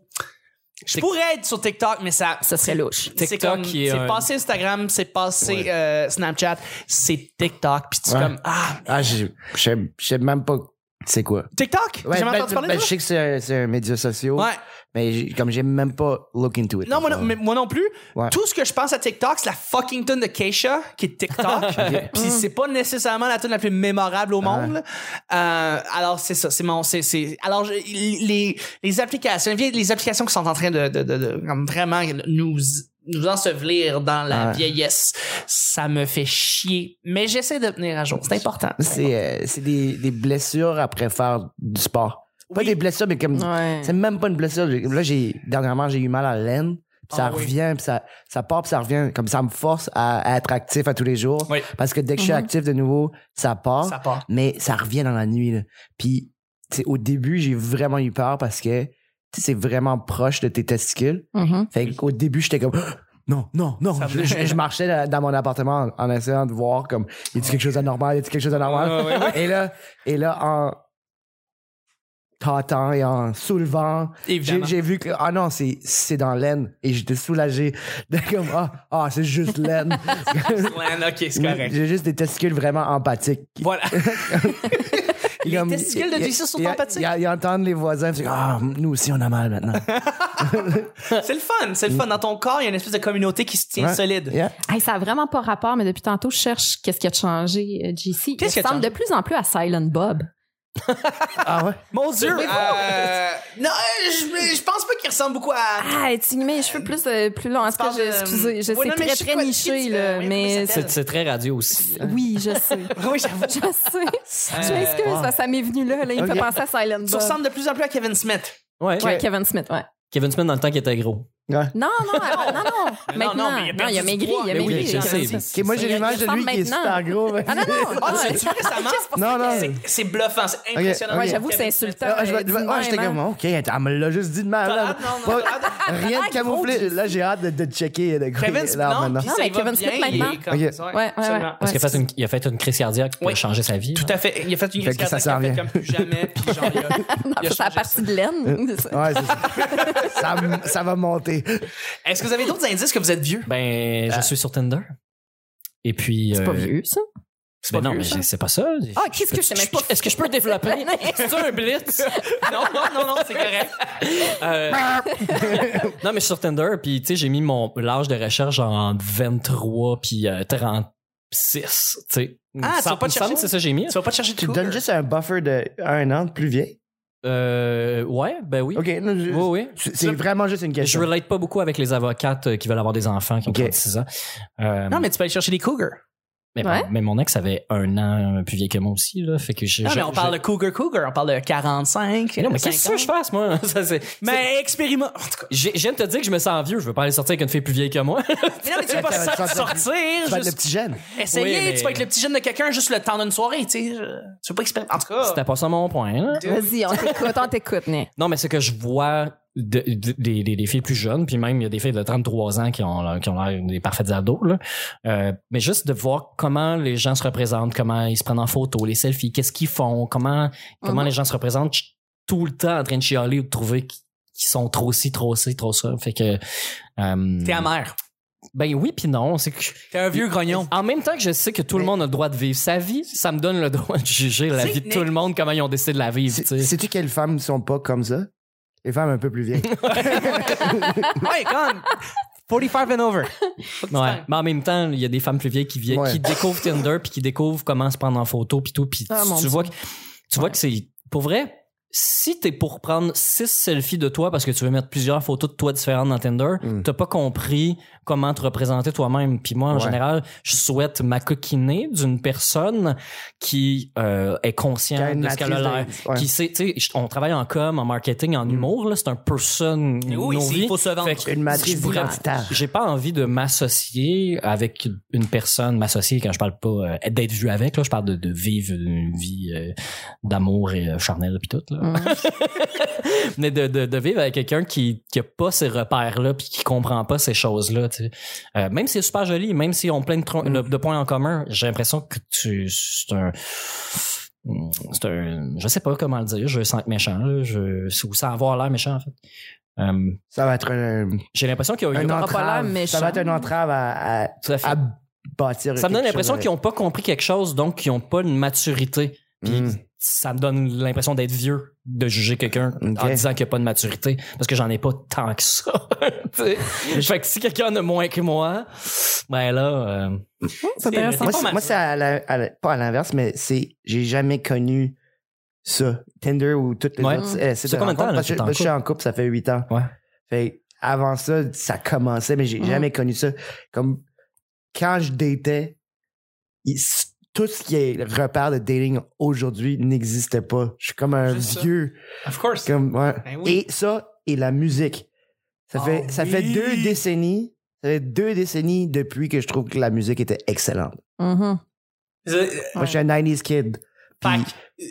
Speaker 1: Je
Speaker 2: Tic-
Speaker 1: pourrais être sur TikTok, mais ça.
Speaker 3: Ça serait louche.
Speaker 1: C'est
Speaker 2: TikTok
Speaker 1: comme-
Speaker 2: qui est
Speaker 1: C'est
Speaker 2: un-
Speaker 1: passé Instagram, c'est passé euh, Snapchat, c'est TikTok. Puis tu es
Speaker 4: Ouais.
Speaker 1: comme, ah,
Speaker 4: Ah, je je sais je sais même pas C'est quoi?
Speaker 1: TikTok? J'ai
Speaker 4: Ouais,
Speaker 1: jamais
Speaker 4: ben,
Speaker 1: entendu parler
Speaker 4: ben,
Speaker 1: de
Speaker 4: je
Speaker 1: ça?
Speaker 4: sais que c'est un, c'est un média social,
Speaker 1: Ouais.
Speaker 4: mais j'ai- comme j'ai même pas look into it.
Speaker 1: Non, moi non, mais moi non plus.
Speaker 4: Ouais.
Speaker 1: Tout ce que je pense à TikTok, c'est la fucking tune de Keisha, qui est TikTok. Puis c'est pas nécessairement la tune la plus mémorable au monde. là. Euh, alors, c'est ça. C'est mon. c'est c'est- Alors, je- les, les applications, vieilles- les applications qui sont en train de, de, de- de- comme vraiment nous nous ensevelir dans la
Speaker 4: Ouais.
Speaker 1: vieillesse, ça me fait chier. Mais j'essaie de tenir à jour. C'est important.
Speaker 4: C'est euh, c'est des, des blessures après faire du sport. Pas
Speaker 1: Oui.
Speaker 4: des blessures, mais comme.
Speaker 3: Ouais.
Speaker 4: C'est même pas une blessure. J'ai- Là, j'ai dernièrement, j'ai eu mal à la laine. Puis ça
Speaker 1: Ah oui.
Speaker 4: revient, puis ça, ça part, puis ça revient. Comme ça me force à, à être actif à tous les jours.
Speaker 1: Oui. Mm-hmm.
Speaker 4: Parce que dès que je suis
Speaker 3: Mhm.
Speaker 4: actif de nouveau, ça part.
Speaker 1: Ça part.
Speaker 4: mais ça revient dans la nuit. là. Puis, tu sais, au début, j'ai vraiment eu peur parce que tu sais, c'est vraiment proche de tes testicules.
Speaker 3: Mhm.
Speaker 4: Fait qu'au début, j'étais comme. Ah! Non, non, non.
Speaker 1: Ça
Speaker 4: Je,
Speaker 1: me-
Speaker 4: je- je marchais dans- dans mon appartement en, en essayant de voir comme y a-t-il quelque chose d'anormal, y a-t-il quelque chose d'anormal.
Speaker 1: Ah, Ouais, ouais, ouais.
Speaker 4: Et là, et là, en tâtant et en soulevant, j'ai
Speaker 1: Évidemment.
Speaker 4: j'ai vu que ah non, c'est c'est dans l'aine et j'étais soulagé. De comme ah ah, c'est juste l'aine.
Speaker 1: Ouais, ok, c'est correct.
Speaker 4: J'ai juste des testicules vraiment empathiques.
Speaker 1: Voilà.
Speaker 4: Il y a-
Speaker 1: Les testicules de
Speaker 4: il y a-
Speaker 1: Jésus sont
Speaker 4: il y a-
Speaker 1: empathiques.
Speaker 4: Il y a- il y a entendre les voisins, puis ah, nous aussi on a mal maintenant.
Speaker 1: C'est le fun, c'est le fun. Dans ton corps, il y a une espèce de communauté qui se tient
Speaker 4: Ouais.
Speaker 1: solide.
Speaker 4: Yeah.
Speaker 3: Hey, ça a vraiment pas rapport, mais depuis tantôt, je cherche qu'est-ce qui a changé, euh,
Speaker 1: Qu'est-ce
Speaker 3: JC. Il
Speaker 1: qui a
Speaker 3: ressemble
Speaker 1: changé?
Speaker 3: de plus en plus à Silent Bob.
Speaker 4: Ah ouais.
Speaker 1: Mon Dieu! euh, non, euh, je, je pense pas qu'il ressemble beaucoup à...
Speaker 3: Ah, tu mets les cheveux plus, euh, plus longs. En tout cas,
Speaker 1: parles
Speaker 3: je,
Speaker 1: de-
Speaker 3: excusez, je
Speaker 1: Ouais, non, mais
Speaker 3: sais
Speaker 1: je
Speaker 3: très,
Speaker 1: sais
Speaker 3: très
Speaker 1: quoi-
Speaker 3: niché,
Speaker 1: qui-
Speaker 3: là,
Speaker 1: euh, oui,
Speaker 3: mais...
Speaker 1: comment ça
Speaker 2: C'est c'est très radio aussi. hein.
Speaker 3: Oui, je sais.
Speaker 1: Ah Oui, j'avoue.
Speaker 3: Je sais. Je
Speaker 1: Euh,
Speaker 3: m'excuse,
Speaker 4: wow.
Speaker 3: ça, ça m'est venu là. là il me
Speaker 4: Ok.
Speaker 3: fait penser à Silent Bob.
Speaker 1: Tu ressembles de plus en plus à Kevin Smith.
Speaker 2: Ouais.
Speaker 3: Ouais, Kevin Smith, ouais.
Speaker 2: Kevin Smith dans le temps qui était gros.
Speaker 3: Non, non, avant- non, non. Maintenant,
Speaker 1: non,
Speaker 3: non,
Speaker 1: mais il a
Speaker 3: il
Speaker 1: perdu
Speaker 3: a
Speaker 1: du
Speaker 3: maigri,
Speaker 1: poids.
Speaker 3: il a
Speaker 2: Mais oui,
Speaker 3: maigri.
Speaker 2: je
Speaker 3: il a
Speaker 2: sais.
Speaker 3: maigri.
Speaker 4: Ok, moi j'ai
Speaker 3: Il y a-
Speaker 4: l'image de
Speaker 3: il
Speaker 4: lui qui est
Speaker 3: ressemble
Speaker 4: super gros. mais-
Speaker 3: Ah non, non.
Speaker 1: Ah, tu
Speaker 3: ouais.
Speaker 1: l'as-tu vu récemment?
Speaker 4: Non, non.
Speaker 1: C'est bluffant, c'est impressionnant.
Speaker 4: Ok,
Speaker 3: Ouais,
Speaker 4: ok.
Speaker 3: j'avoue, c'est insultant.
Speaker 4: Ah, je vais-
Speaker 3: euh,
Speaker 4: je vais-
Speaker 3: dis
Speaker 4: ouais, j'étais
Speaker 3: même,
Speaker 4: comme,
Speaker 3: hein.
Speaker 4: ok, elle me l'a juste dit de mal.
Speaker 1: T'as
Speaker 4: là.
Speaker 1: hâte, Ah, non, non,
Speaker 4: Pas-
Speaker 1: t'as hâte.
Speaker 4: rien de camouflé. Là, j'ai hâte de, de checker. De,
Speaker 1: Kevin
Speaker 4: là,
Speaker 1: Smith,
Speaker 4: maintenant.
Speaker 1: non, puis
Speaker 3: Non,
Speaker 1: ça,
Speaker 3: mais
Speaker 1: il va
Speaker 3: Kevin Smith,
Speaker 1: bien, il
Speaker 3: maintenant.
Speaker 1: est comme-
Speaker 4: Ok.
Speaker 1: ouais,
Speaker 3: ouais,
Speaker 1: absolument.
Speaker 3: ouais.
Speaker 2: Parce qu'il
Speaker 3: c'est-
Speaker 2: a, fait une- il a fait une crise cardiaque pour
Speaker 1: Oui.
Speaker 2: changer sa vie.
Speaker 1: Tout à fait. Il a fait une
Speaker 4: Fait que ça
Speaker 1: crise
Speaker 4: s'en
Speaker 1: cardiaque
Speaker 4: vient.
Speaker 1: comme plus jamais. Puis genre, il a- il a
Speaker 3: Non, C'est la
Speaker 1: changé
Speaker 3: partie de laine.
Speaker 4: Ouais, c'est ça. ça. m- ça va monter.
Speaker 1: ça. Est-ce que vous avez d'autres indices que vous êtes vieux?
Speaker 2: Ben, je suis sur Tinder. Et puis.
Speaker 3: C'est
Speaker 2: euh,
Speaker 3: pas vieux, ça.
Speaker 1: C'est
Speaker 2: Ben non,
Speaker 1: vieux,
Speaker 2: mais
Speaker 1: ça?
Speaker 2: c'est pas ça.
Speaker 3: Ah, qu'est-ce que je sais même pas.
Speaker 2: Est-ce que je peux développer? C'est un blitz?
Speaker 1: Non, non, non, non, c'est correct.
Speaker 2: Euh, non, mais je suis sur Tinder, puis tu sais, j'ai mis mon l'âge de recherche en 23 puis euh, 36, tu sais.
Speaker 1: Ah, tu
Speaker 2: ça
Speaker 1: vas pas te chercher?
Speaker 2: c'est ça que j'ai mis.
Speaker 1: Tu vas pas te chercher
Speaker 4: Tu
Speaker 1: tout.
Speaker 4: donnes juste un buffer de un an de plus vieil.
Speaker 2: Euh, ouais, ben oui.
Speaker 4: Ok, non, je-
Speaker 2: Oui, oui.
Speaker 4: c'est- c'est vraiment juste une
Speaker 2: Je
Speaker 4: question.
Speaker 2: relate pas beaucoup avec les avocates euh, qui veulent avoir des enfants qui ont
Speaker 4: Ok.
Speaker 2: 36 ans. Euh,
Speaker 1: Non, mais tu peux aller chercher des cougars.
Speaker 2: mais,
Speaker 3: Ouais.
Speaker 2: mais mon ex avait un an euh, plus vieux que moi aussi, là. Fait que j'ai.
Speaker 1: Non,
Speaker 2: j'ai-
Speaker 1: Ah, mais on parle de Cougar Cougar, on parle de 45.
Speaker 2: j'ai- Non, mais qu'est-ce que tu veux que je fasse, moi? Ça, c'est-
Speaker 1: Mais expérimente. En tout cas,
Speaker 2: J'ai- J'aime te dire que je me sens vieux. Je veux pas aller sortir avec une fille plus vieille que moi.
Speaker 1: mais non, mais tu vas pas
Speaker 4: Ça va
Speaker 1: sortir.
Speaker 4: être Tu vas être le
Speaker 1: juste
Speaker 4: petit jeune.
Speaker 1: Essayer,
Speaker 2: Oui, mais-
Speaker 1: tu vas être le petit jeune de quelqu'un juste le temps d'une soirée, tu sais. euh, Tu veux pas expérimenter. En tout cas.
Speaker 2: C'était pas ça mon point. là.
Speaker 3: Vas-y, on t'écoute, on t'écoute, Nick.
Speaker 2: Non, mais ce que je vois de- de- des, des- des filles plus jeunes, puis même il y a des filles de 33 ans qui ont, là, qui ont l'air des parfaits ados, là. Euh, mais juste de voir comment les gens se représentent, comment ils se prennent en photo, les selfies, qu'est-ce qu'ils font, comment, comment
Speaker 3: Mhm.
Speaker 2: les gens se représentent, je suis tout le temps en train de chialer ou de trouver qu'ils qu'ils sont trop ci, trop ci, trop ça. Fait que... euh,
Speaker 1: T'es amer.
Speaker 2: ben oui, puis non. C'est que,
Speaker 1: T'es un vieux grognon.
Speaker 2: en même temps que je sais que tout le monde a le droit de vivre sa vie, ça me donne le droit de juger la
Speaker 1: C'est-
Speaker 2: vie de tout le monde, comment ils ont décidé de la vivre. tu sais.
Speaker 4: C'est- Sais-tu quelles femmes sont pas comme ça? Les femmes un peu plus vieilles.
Speaker 2: Hein,
Speaker 1: ouais, comme 45 and over.
Speaker 2: Ouais. Mais en même temps, il y a des femmes plus vieilles qui viennent,
Speaker 4: Ouais.
Speaker 2: qui découvrent Tinder puis qui découvrent comment se prendre en photo puis tout. Puis
Speaker 3: Ah,
Speaker 2: tu,
Speaker 3: mon
Speaker 2: tu
Speaker 3: Dieu.
Speaker 2: vois que tu vois que c'est pour vrai. Si t'es pour prendre six selfies de toi parce que tu veux mettre plusieurs photos de toi différentes dans Tinder,
Speaker 4: Mm.
Speaker 2: t'as pas compris comment te représenter toi-même. Puis moi, en
Speaker 4: Ouais.
Speaker 2: général, je souhaite m'acoquiner d'une personne qui euh,
Speaker 4: Qui
Speaker 2: est
Speaker 4: a
Speaker 2: consciente
Speaker 4: une
Speaker 2: de ce qu'elle a l'air.
Speaker 4: matrice de- ouais. Mm.
Speaker 2: Qui sait, tu sais, on travaille en com, en marketing, en humour, là, c'est un person
Speaker 1: Oui,
Speaker 2: nos
Speaker 1: c'est-
Speaker 2: vies.
Speaker 1: il faut se vendre.
Speaker 2: Fait que
Speaker 4: Une matrice
Speaker 2: je voudrais-
Speaker 4: identitaire.
Speaker 2: J'ai pas envie de m'associer avec une personne, m'associer quand je parle pas euh, d'être vu avec, là, je parle de, de vivre une vie euh, d'amour et euh, charnel puis tout, là.
Speaker 4: Mm.
Speaker 2: mais de, de, de vivre avec quelqu'un qui, qui a pas ces repères-là puis qui comprend pas ces choses-là, tu sais. Euh, même si c'est super joli, même si on plein de, tron-
Speaker 4: Mm.
Speaker 2: de- de points en commun, j'ai l'impression que tu, c'est un, c'est un, je sais pas comment le dire, je sens que méchant, là, je, ou sans avoir l'air méchant, en fait. Euh,
Speaker 4: Ça va être un,
Speaker 2: j'ai l'impression qu'il y a eu
Speaker 4: un
Speaker 3: pas l'air
Speaker 4: entrave.
Speaker 3: méchant.
Speaker 4: Ça va être une entrave à, à,
Speaker 2: Tout à fait.
Speaker 4: à bâtir.
Speaker 2: Ça me donne
Speaker 4: quelque
Speaker 2: l'impression
Speaker 4: chose
Speaker 2: qu'ils n'ont pas compris quelque chose, donc qu'ils n'ont pas une maturité. Puis
Speaker 4: Mm.
Speaker 2: ça me donne l'impression d'être vieux de juger quelqu'un
Speaker 4: Ok.
Speaker 2: en disant qu'il n'y a pas de maturité parce que j'en ai pas tant que ça. Tu sais. fait que si quelqu'un en a moins que moi, ben là, euh,
Speaker 3: C'est intéressant.
Speaker 4: Moi,
Speaker 1: pas
Speaker 4: c'est-
Speaker 1: mal.
Speaker 4: moi, c'est à la- à la- pas à l'inverse, mais c'est j'ai jamais connu ça. Tinder ou toutes les
Speaker 2: Ouais.
Speaker 4: autres. euh, c'est
Speaker 2: Ça fait combien de temps, là,
Speaker 4: parce
Speaker 2: que
Speaker 4: que
Speaker 2: t'es en
Speaker 4: moi, je suis en couple, ça fait 8 ans.
Speaker 2: Ouais.
Speaker 4: Fait avant ça, ça commençait, mais j'ai
Speaker 3: Mm.
Speaker 4: jamais connu ça. Comme quand je datais, il- s- tout ce qui est repère de dating aujourd'hui n'existait pas. Je suis comme un
Speaker 1: Juste ça.
Speaker 4: vieux.
Speaker 1: Of course.
Speaker 4: Comme, ouais.
Speaker 1: Ben oui.
Speaker 4: Et ça, et la musique. Ça,
Speaker 1: Ah
Speaker 4: fait, ça fait
Speaker 1: oui.
Speaker 4: deux décennies. Ça fait deux décennies depuis que je trouve que la musique était excellente.
Speaker 3: Mhm.
Speaker 1: Euh,
Speaker 4: Moi, je suis un 90s kid. Puis,
Speaker 1: Fait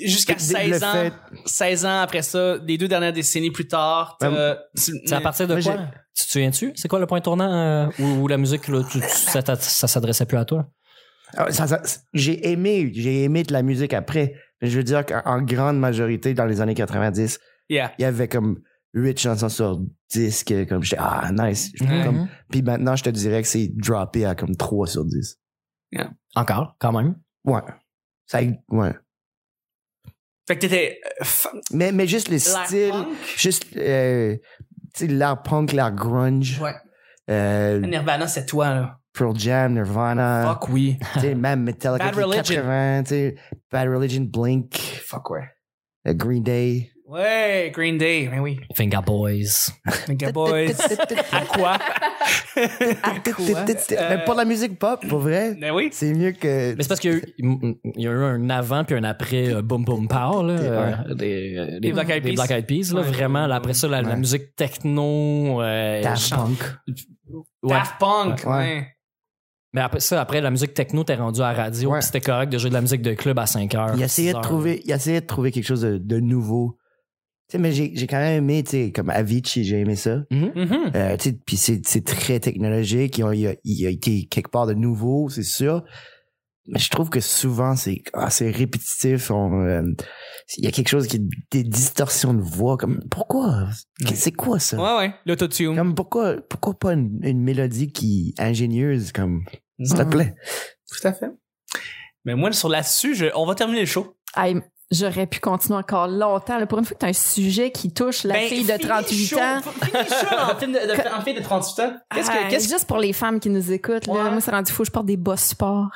Speaker 1: que jusqu'à
Speaker 4: le- le
Speaker 1: 16 ans,
Speaker 4: fait-
Speaker 1: 16 ans après ça, les deux dernières décennies plus tard, t'as- tu-
Speaker 2: c'est à partir de
Speaker 4: Moi,
Speaker 2: quoi?
Speaker 4: j'ai-
Speaker 2: Tu te souviens-tu? C'est quoi le point tournant euh, où, où la musique, là, tu- tu- ça, t'a- ça s'adressait plus à toi?
Speaker 4: ah, ça- ça- j'ai aimé, j'ai aimé de la musique après. Mais je veux dire qu'en en grande majorité, dans les années 90,
Speaker 1: Yeah.
Speaker 4: il y avait comme huit chansons sur 10 que comme j'étais, ah, nice. Je-
Speaker 1: Mhm.
Speaker 4: comme- puis maintenant, je te dirais que c'est droppé à comme 3 sur 10.
Speaker 2: Encore, quand même.
Speaker 4: Ouais. Ça, ouais.
Speaker 1: Fait que t'étais euh, fan-
Speaker 4: Mais, mais juste les
Speaker 1: l'air
Speaker 4: styles,
Speaker 1: punk.
Speaker 4: juste euh, tu sais, l'art punk, l'art grunge,
Speaker 1: Ouais.
Speaker 4: euh,
Speaker 1: Nirvana, c'est toi, là.
Speaker 4: Pearl Jam, Nirvana,
Speaker 1: Fuck oui.
Speaker 4: tu sais, même Metallica
Speaker 1: Bad
Speaker 4: qui est
Speaker 1: Religion.
Speaker 4: 80, tu sais, Bad Religion, Blink,
Speaker 1: Fuck ouais.
Speaker 4: euh, Green Day.
Speaker 1: Ouais, Green Day, ben oui.
Speaker 2: Finger Boys.
Speaker 1: Mega Boys. à quoi? Euh,
Speaker 4: Mais pour la musique pop, pour vrai,
Speaker 1: ben oui.
Speaker 4: c'est mieux que
Speaker 2: Mais c'est parce qu'il y, a eu- il y a eu un avant puis un après euh, Boom Boom Pow, là, euh, des, euh, des-
Speaker 1: Les Black Eyed
Speaker 2: des
Speaker 1: Peas.
Speaker 2: Black Eyed Peas, là,
Speaker 1: Ouais.
Speaker 2: vraiment. là, après ça, la, la
Speaker 4: Ouais.
Speaker 2: musique techno. euh,
Speaker 4: Daft Punk.
Speaker 2: ouais.
Speaker 1: Daft Punk.
Speaker 4: Ouais.
Speaker 1: Ouais.
Speaker 2: Mais après ça, après la musique techno, t'es rendu à la radio,
Speaker 4: Ouais.
Speaker 2: puis c'était correct de jouer de la musique de club à 5 heures.
Speaker 4: Il essayait
Speaker 2: 6
Speaker 4: de
Speaker 2: heures.
Speaker 4: trouver, il essayait de trouver quelque chose de, de nouveau. Tu sais, mais j'ai j'ai quand même aimé, tu sais, comme Avicii, j'ai aimé ça.
Speaker 1: Mhm.
Speaker 4: Euh, tu sais, puis c'est c'est très technologique. Il a, il a- il a été quelque part de nouveau, c'est sûr. Mais je trouve que souvent, c'est ah, c'est répétitif. On, euh, il y a quelque chose qui des distorsions de voix. Comme pourquoi Qu'est- C'est quoi ça
Speaker 1: Ouais, ouais. L'autotune.
Speaker 4: Comme pourquoi pourquoi pas une, une mélodie qui ingénieuse comme s'il te
Speaker 3: Mhm.
Speaker 4: plaît.
Speaker 1: Tout à fait. Mais moi, sur là-dessus, je- on va terminer le show.
Speaker 3: Hey, J'aurais pu continuer encore longtemps. là. Pour une fois que tu as un sujet qui touche la
Speaker 1: Ben,
Speaker 3: fille de
Speaker 1: finis
Speaker 3: 38
Speaker 1: chaud.
Speaker 3: ans.
Speaker 1: Finis chaud en film de- de- en fille de 38 ans. Qu'est-ce
Speaker 3: Ah,
Speaker 1: que. Qu'est-ce
Speaker 3: juste pour les femmes qui nous écoutent, là,
Speaker 1: Ouais.
Speaker 3: moi, c'est rendu fou, je porte des bas supports.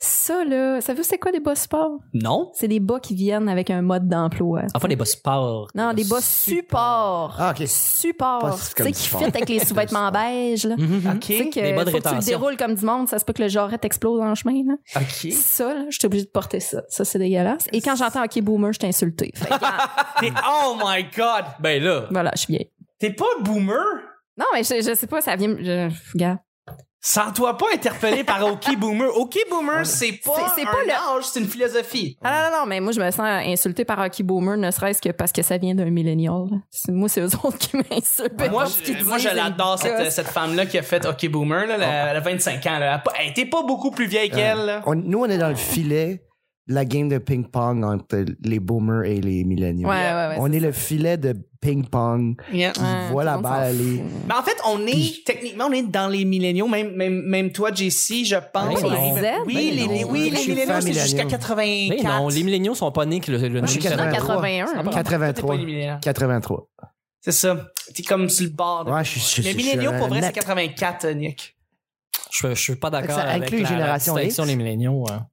Speaker 3: Ça, là, ça veut c'est quoi des bas supports?
Speaker 1: Non.
Speaker 3: C'est des bas qui viennent avec un mode d'emploi.
Speaker 2: Enfin, des boss sports.
Speaker 3: Non, des bas supports.
Speaker 4: Ah, ok. Pas
Speaker 3: Supports.
Speaker 4: si
Speaker 3: Tu
Speaker 4: comme
Speaker 3: sais, qui
Speaker 4: support.
Speaker 3: fit avec les sous-vêtements beige, là.
Speaker 1: Mhm. OK.
Speaker 3: Tu sais que,
Speaker 2: Des bas de
Speaker 3: faut que tu le
Speaker 2: rétention.
Speaker 3: déroules comme du monde, ça se peut que le jarret explose en chemin. Là.
Speaker 1: OK.
Speaker 3: Ça, là, je suis obligée de porter ça. Ça, c'est dégueulasse. Et quand j'entends OK boomer, je t'ai insulté. Fait que, ah,
Speaker 1: T'es- oh my God! Ben là,
Speaker 3: voilà, je suis vieille.
Speaker 1: t'es pas boomer?
Speaker 3: Non, mais je, je sais pas, ça vient. Je, regarde.
Speaker 1: Sens-toi pas interpellé par OK Boomer. OK Boomer, c'est pas,
Speaker 3: C'est- c'est
Speaker 1: un
Speaker 3: pas le-
Speaker 1: âge, c'est une philosophie.
Speaker 3: Ah non, non, non, mais moi, je me sens insultée par Hockey Boomer, ne serait-ce que parce que ça vient d'un millénial. là. C'est- Moi, c'est eux autres qui m'insultent.
Speaker 1: Moi,
Speaker 3: Parce qu'ils
Speaker 1: je, moi,
Speaker 3: disent
Speaker 1: je l'adore,
Speaker 3: une
Speaker 1: cette,
Speaker 3: gosse.
Speaker 1: cette femme-là qui a fait OK Boomer, là, la- elle a 25 ans. Là. Elle a pas- Elle était pas beaucoup plus vieille qu'elle. là.
Speaker 4: On- nous, on est dans le filet de la game de ping-pong entre les boomers et les milléniaux.
Speaker 3: Ouais, ouais, ouais.
Speaker 4: on est, le filet de ping-pong
Speaker 1: Yeah.
Speaker 4: qui
Speaker 3: Ouais,
Speaker 4: voit
Speaker 3: tout
Speaker 4: la
Speaker 3: le monde
Speaker 4: balle
Speaker 3: s'en
Speaker 4: aller.
Speaker 1: Mais Ben, en fait, on est, techniquement, on est dans les milléniaux. Même, même, même toi, JC, je pense.
Speaker 2: Ben
Speaker 1: on
Speaker 2: non.
Speaker 1: est- oui,
Speaker 3: Ben
Speaker 1: les,
Speaker 4: non.
Speaker 1: les- oui,
Speaker 4: Je
Speaker 1: les
Speaker 4: suis
Speaker 1: milléniaux,
Speaker 4: fan
Speaker 1: c'est jusqu'à
Speaker 4: milléniaux. Ben
Speaker 1: 84.
Speaker 2: Mais non, les milléniaux sont pas nés que le, le
Speaker 4: je suis
Speaker 2: nouveau-
Speaker 4: 80.
Speaker 3: 81. là.
Speaker 4: 83.
Speaker 1: T'es pas millénaire.
Speaker 4: 83.
Speaker 1: C'est ça. T'es comme sur le bord. de-
Speaker 4: Ouais, je suis- je
Speaker 1: les
Speaker 4: suis-
Speaker 1: milléniaux,
Speaker 4: je suis
Speaker 1: pour vrai,
Speaker 4: un
Speaker 1: c'est 84, euh, Nick.
Speaker 2: Je, je suis pas d'accord
Speaker 4: Ça
Speaker 2: avec
Speaker 4: inclut
Speaker 2: la, la
Speaker 4: Génération
Speaker 2: distinction
Speaker 4: X.
Speaker 2: des milléniaux. hein.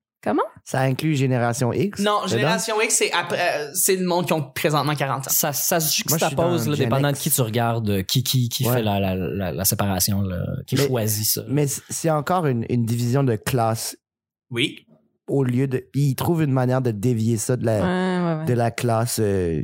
Speaker 4: Ça inclut Génération X.
Speaker 1: Non,
Speaker 4: dedans?
Speaker 1: Génération X, c'est après- euh, c'est le monde qui ont présentement 40 ans.
Speaker 2: Ça, ça
Speaker 4: Moi,
Speaker 2: se
Speaker 4: je suis
Speaker 2: juxtapose,
Speaker 4: dans
Speaker 2: là,
Speaker 4: Gen
Speaker 2: dépendant de
Speaker 4: X.
Speaker 2: qui tu regardes, euh, qui, qui, qui
Speaker 4: Ouais.
Speaker 2: fait la, la, la, la séparation, là, qui
Speaker 4: Mais-
Speaker 2: choisit ça.
Speaker 4: Mais c- c'est encore une, une division de classe
Speaker 1: Oui.
Speaker 4: au lieu de. Ils trouvent une manière de dévier ça de
Speaker 3: Ouais,
Speaker 4: la,
Speaker 3: ouais, ouais.
Speaker 4: de la classe euh,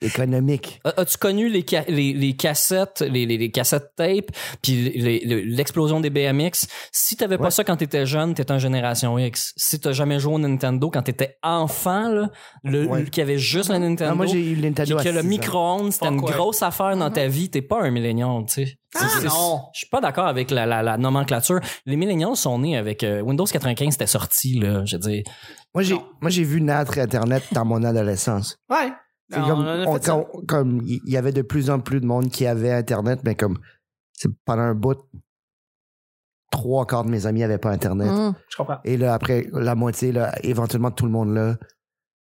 Speaker 4: économique.
Speaker 2: A- As-tu connu les, ca- les, les cassettes, les, les, les cassettes tape, puis les- les- l'explosion des BMX? Si t'avais pas
Speaker 4: Ouais.
Speaker 2: ça quand t'étais jeune, t'étais en génération X. Si t'as jamais joué au Nintendo quand t'étais enfant, là, le,
Speaker 4: Ouais.
Speaker 2: le- qui avait juste le Nintendo,
Speaker 4: Ah, moi, j'ai eu le
Speaker 2: puis
Speaker 4: Nintendo. à
Speaker 2: que le
Speaker 4: six ans. Mm-hmm.
Speaker 2: micro-ondes, c'était une
Speaker 1: Fuck, ouais.
Speaker 2: grosse affaire dans ta vie, t'es pas un millénial, tu sais.
Speaker 1: Ah,
Speaker 2: C'est- c'est-
Speaker 1: non.
Speaker 2: Je suis pas d'accord avec la, la, la nomenclature. Les millénials sont nés avec euh, Windows 95, c'était sorti, là, je veux dire.
Speaker 4: Moi, j'ai,
Speaker 1: Non.
Speaker 4: moi, j'ai vu naître Internet dans mon adolescence.
Speaker 1: Ouais.
Speaker 4: C'est
Speaker 1: Non,
Speaker 4: comme,
Speaker 1: on en a
Speaker 4: on-
Speaker 1: fait ça.
Speaker 4: quand- comme il il y avait de plus en plus de monde qui avait Internet, mais comme c'est pendant un bout, trois quarts de mes amis n'avaient pas Internet.
Speaker 3: Hum.
Speaker 1: Je comprends.
Speaker 4: Et là, après, la moitié, là, éventuellement, tout le monde là.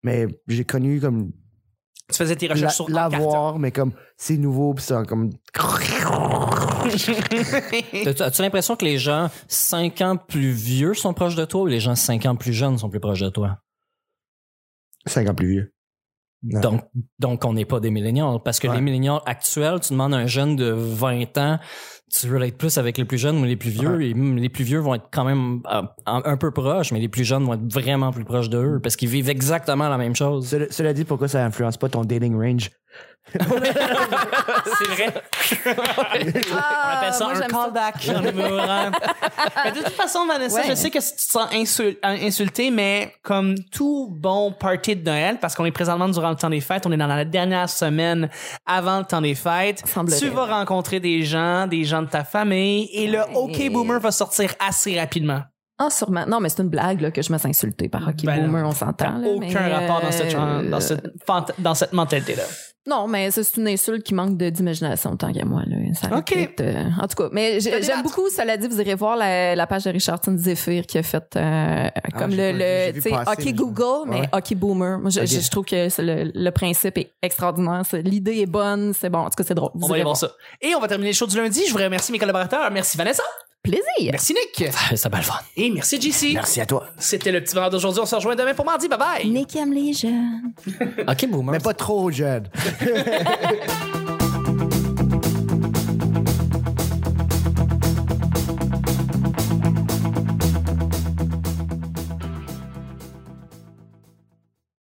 Speaker 4: Mais j'ai connu comme
Speaker 1: Tu faisais tes
Speaker 4: la-
Speaker 1: recherches sur Encarta.
Speaker 4: l'avoir, mais comme c'est nouveau, puis ça, comme.
Speaker 2: T'as- As-tu l'impression que les gens 5 ans plus vieux sont proches de toi ou les gens 5 ans plus jeunes sont plus proches de toi?
Speaker 4: 5 ans plus vieux. Non.
Speaker 2: Donc, donc on n'est pas des milléniaux. Parce que
Speaker 4: Ouais.
Speaker 2: les milléniaux actuels, tu demandes à un jeune de 20 ans, tu veux être plus avec les plus jeunes ou les plus vieux. Et mm, les plus vieux vont être quand même euh, un, un peu proches, mais les plus jeunes vont être vraiment plus proches de eux parce qu'ils vivent exactement la même chose.
Speaker 4: Cela, cela dit, pourquoi ça influence pas ton dating range?
Speaker 1: C'est vrai. On
Speaker 3: Euh,
Speaker 1: appelle
Speaker 3: Ah,
Speaker 1: ça un callback en humour, hein. Mais de toute façon, Vanessa,
Speaker 3: Ouais.
Speaker 1: je sais que tu te sens insul- euh, insultée, mais comme tout bon party de Noël, parce qu'on est présentement durant le temps des fêtes, on est dans la dernière semaine avant le temps des fêtes,
Speaker 3: Semblerait.
Speaker 1: tu vas rencontrer des gens, des gens de ta famille, et le OK Boomer va sortir assez rapidement.
Speaker 3: Ah, sûrement. Non, mais c'est une blague là, que je me sens insultée par Hockey
Speaker 1: Ben,
Speaker 3: Boomer, on s'entend. là, mais,
Speaker 1: Aucun rapport dans cette,
Speaker 3: euh,
Speaker 1: dans cette, fanta- dans cette mentalité-là.
Speaker 3: Non, mais ça, c'est une insulte qui manque de- d'imagination, tant qu'à moi. Là. Ça aurait
Speaker 1: Ok.
Speaker 3: pu être, euh, en tout cas, mais j'ai- j'aime beaucoup, cela dit, vous irez voir la, la page de Richardson Zephyr qui a fait euh, comme
Speaker 4: Ah, j'ai pas
Speaker 3: le,
Speaker 4: vu, j'ai
Speaker 3: le
Speaker 4: vu
Speaker 3: tu sais,
Speaker 4: passer, mais
Speaker 3: Hockey
Speaker 4: je-
Speaker 3: Google, mais
Speaker 4: Ouais.
Speaker 3: Hockey Boomer. Moi, je,
Speaker 4: Ok.
Speaker 3: je- je trouve que c'est le, le principe est extraordinaire. c'est- L'idée est bonne, c'est bon. En tout cas, c'est drôle. Vous
Speaker 1: On va
Speaker 3: irez
Speaker 1: aller voir ça. Et on va terminer le show du lundi. Je voudrais remercier mes collaborateurs. Merci Vanessa.
Speaker 3: Plaisir!
Speaker 1: Merci Nick.
Speaker 2: Ça va le fun.
Speaker 1: Et merci JC.
Speaker 4: Merci à toi.
Speaker 1: C'était le petit bonheur d'aujourd'hui. On se rejoint demain pour mardi. Bye bye.
Speaker 3: Nick aime les jeunes.
Speaker 2: OK, boomer.
Speaker 4: Mais pas trop jeune.